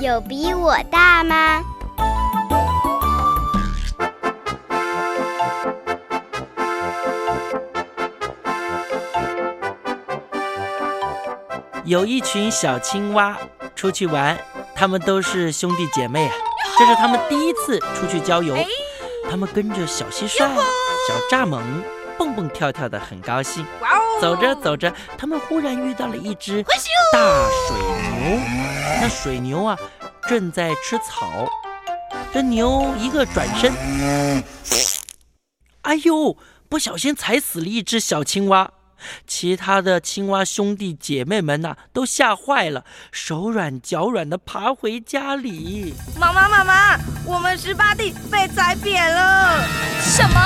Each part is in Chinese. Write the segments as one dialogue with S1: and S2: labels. S1: 有比我大吗？
S2: 有一群小青蛙出去玩，它们都是兄弟姐妹啊。这是它们第一次出去郊
S3: 哎
S2: 游，它们跟着小蟋蟀、小蚱蜢蹦蹦跳跳的，很高兴。
S3: 哇哦！
S2: 走着走着，它们忽然遇到了一只
S3: 嘿咻
S2: 大水牛，那水牛啊正在吃草，这牛一个转身，
S3: 嗯
S2: 哎呦，不小心踩死了一只小青蛙。其他的青蛙兄弟姐妹们呐、都吓坏了，手软脚软的爬回家里。
S3: 妈妈妈妈，我们十八弟被踩扁了。
S4: 什么？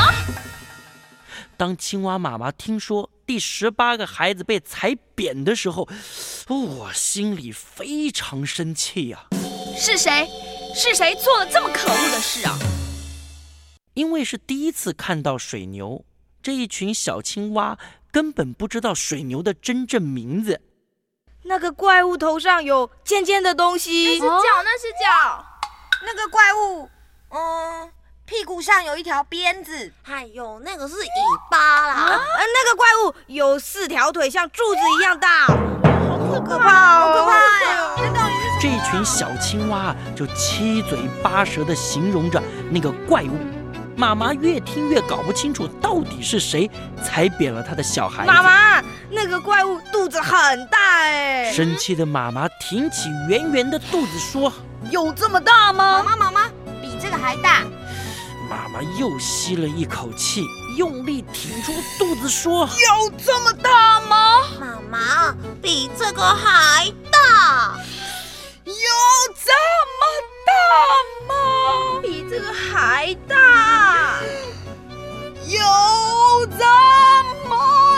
S2: 当青蛙妈妈听说第十八个孩子被踩扁的时候，我心里非常生气呀、
S4: 是谁？是谁做了这么可恶的事啊？
S2: 因为是第一次看到水牛，这一群小青蛙根本不知道水牛的真正名字。
S3: 那个怪物头上有尖尖的东西，
S5: 哦
S4: 脚，那是脚。
S5: 那个怪物，嗯，屁股上有一条鞭子，还有哎那个是尾巴啦。
S3: 呃，那个怪物有四条腿，像柱子一样大，好可怕哦，好可怕呀！
S2: 这一群小青蛙啊就七嘴八舌地形容着那个怪物。妈妈越听越搞不清楚到底是谁踩扁了他的小孩子。
S3: 妈妈，那个怪物肚子很大哎，
S2: 生气的妈妈挺起圆圆的肚子说
S3: 有这么大
S5: 妈
S3: 吗？
S5: 妈，妈妈，比这个还大。：“
S2: 妈妈又吸了一口气，用力挺出肚子说，
S3: 有这么大吗？
S5: 妈妈，比这个还大。
S3: 有这么大吗？比这个还大，有这么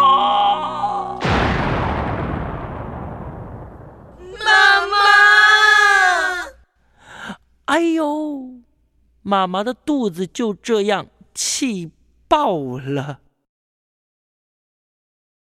S3: 大？妈妈，
S2: 哎呦！”妈妈的肚子就这样气爆了。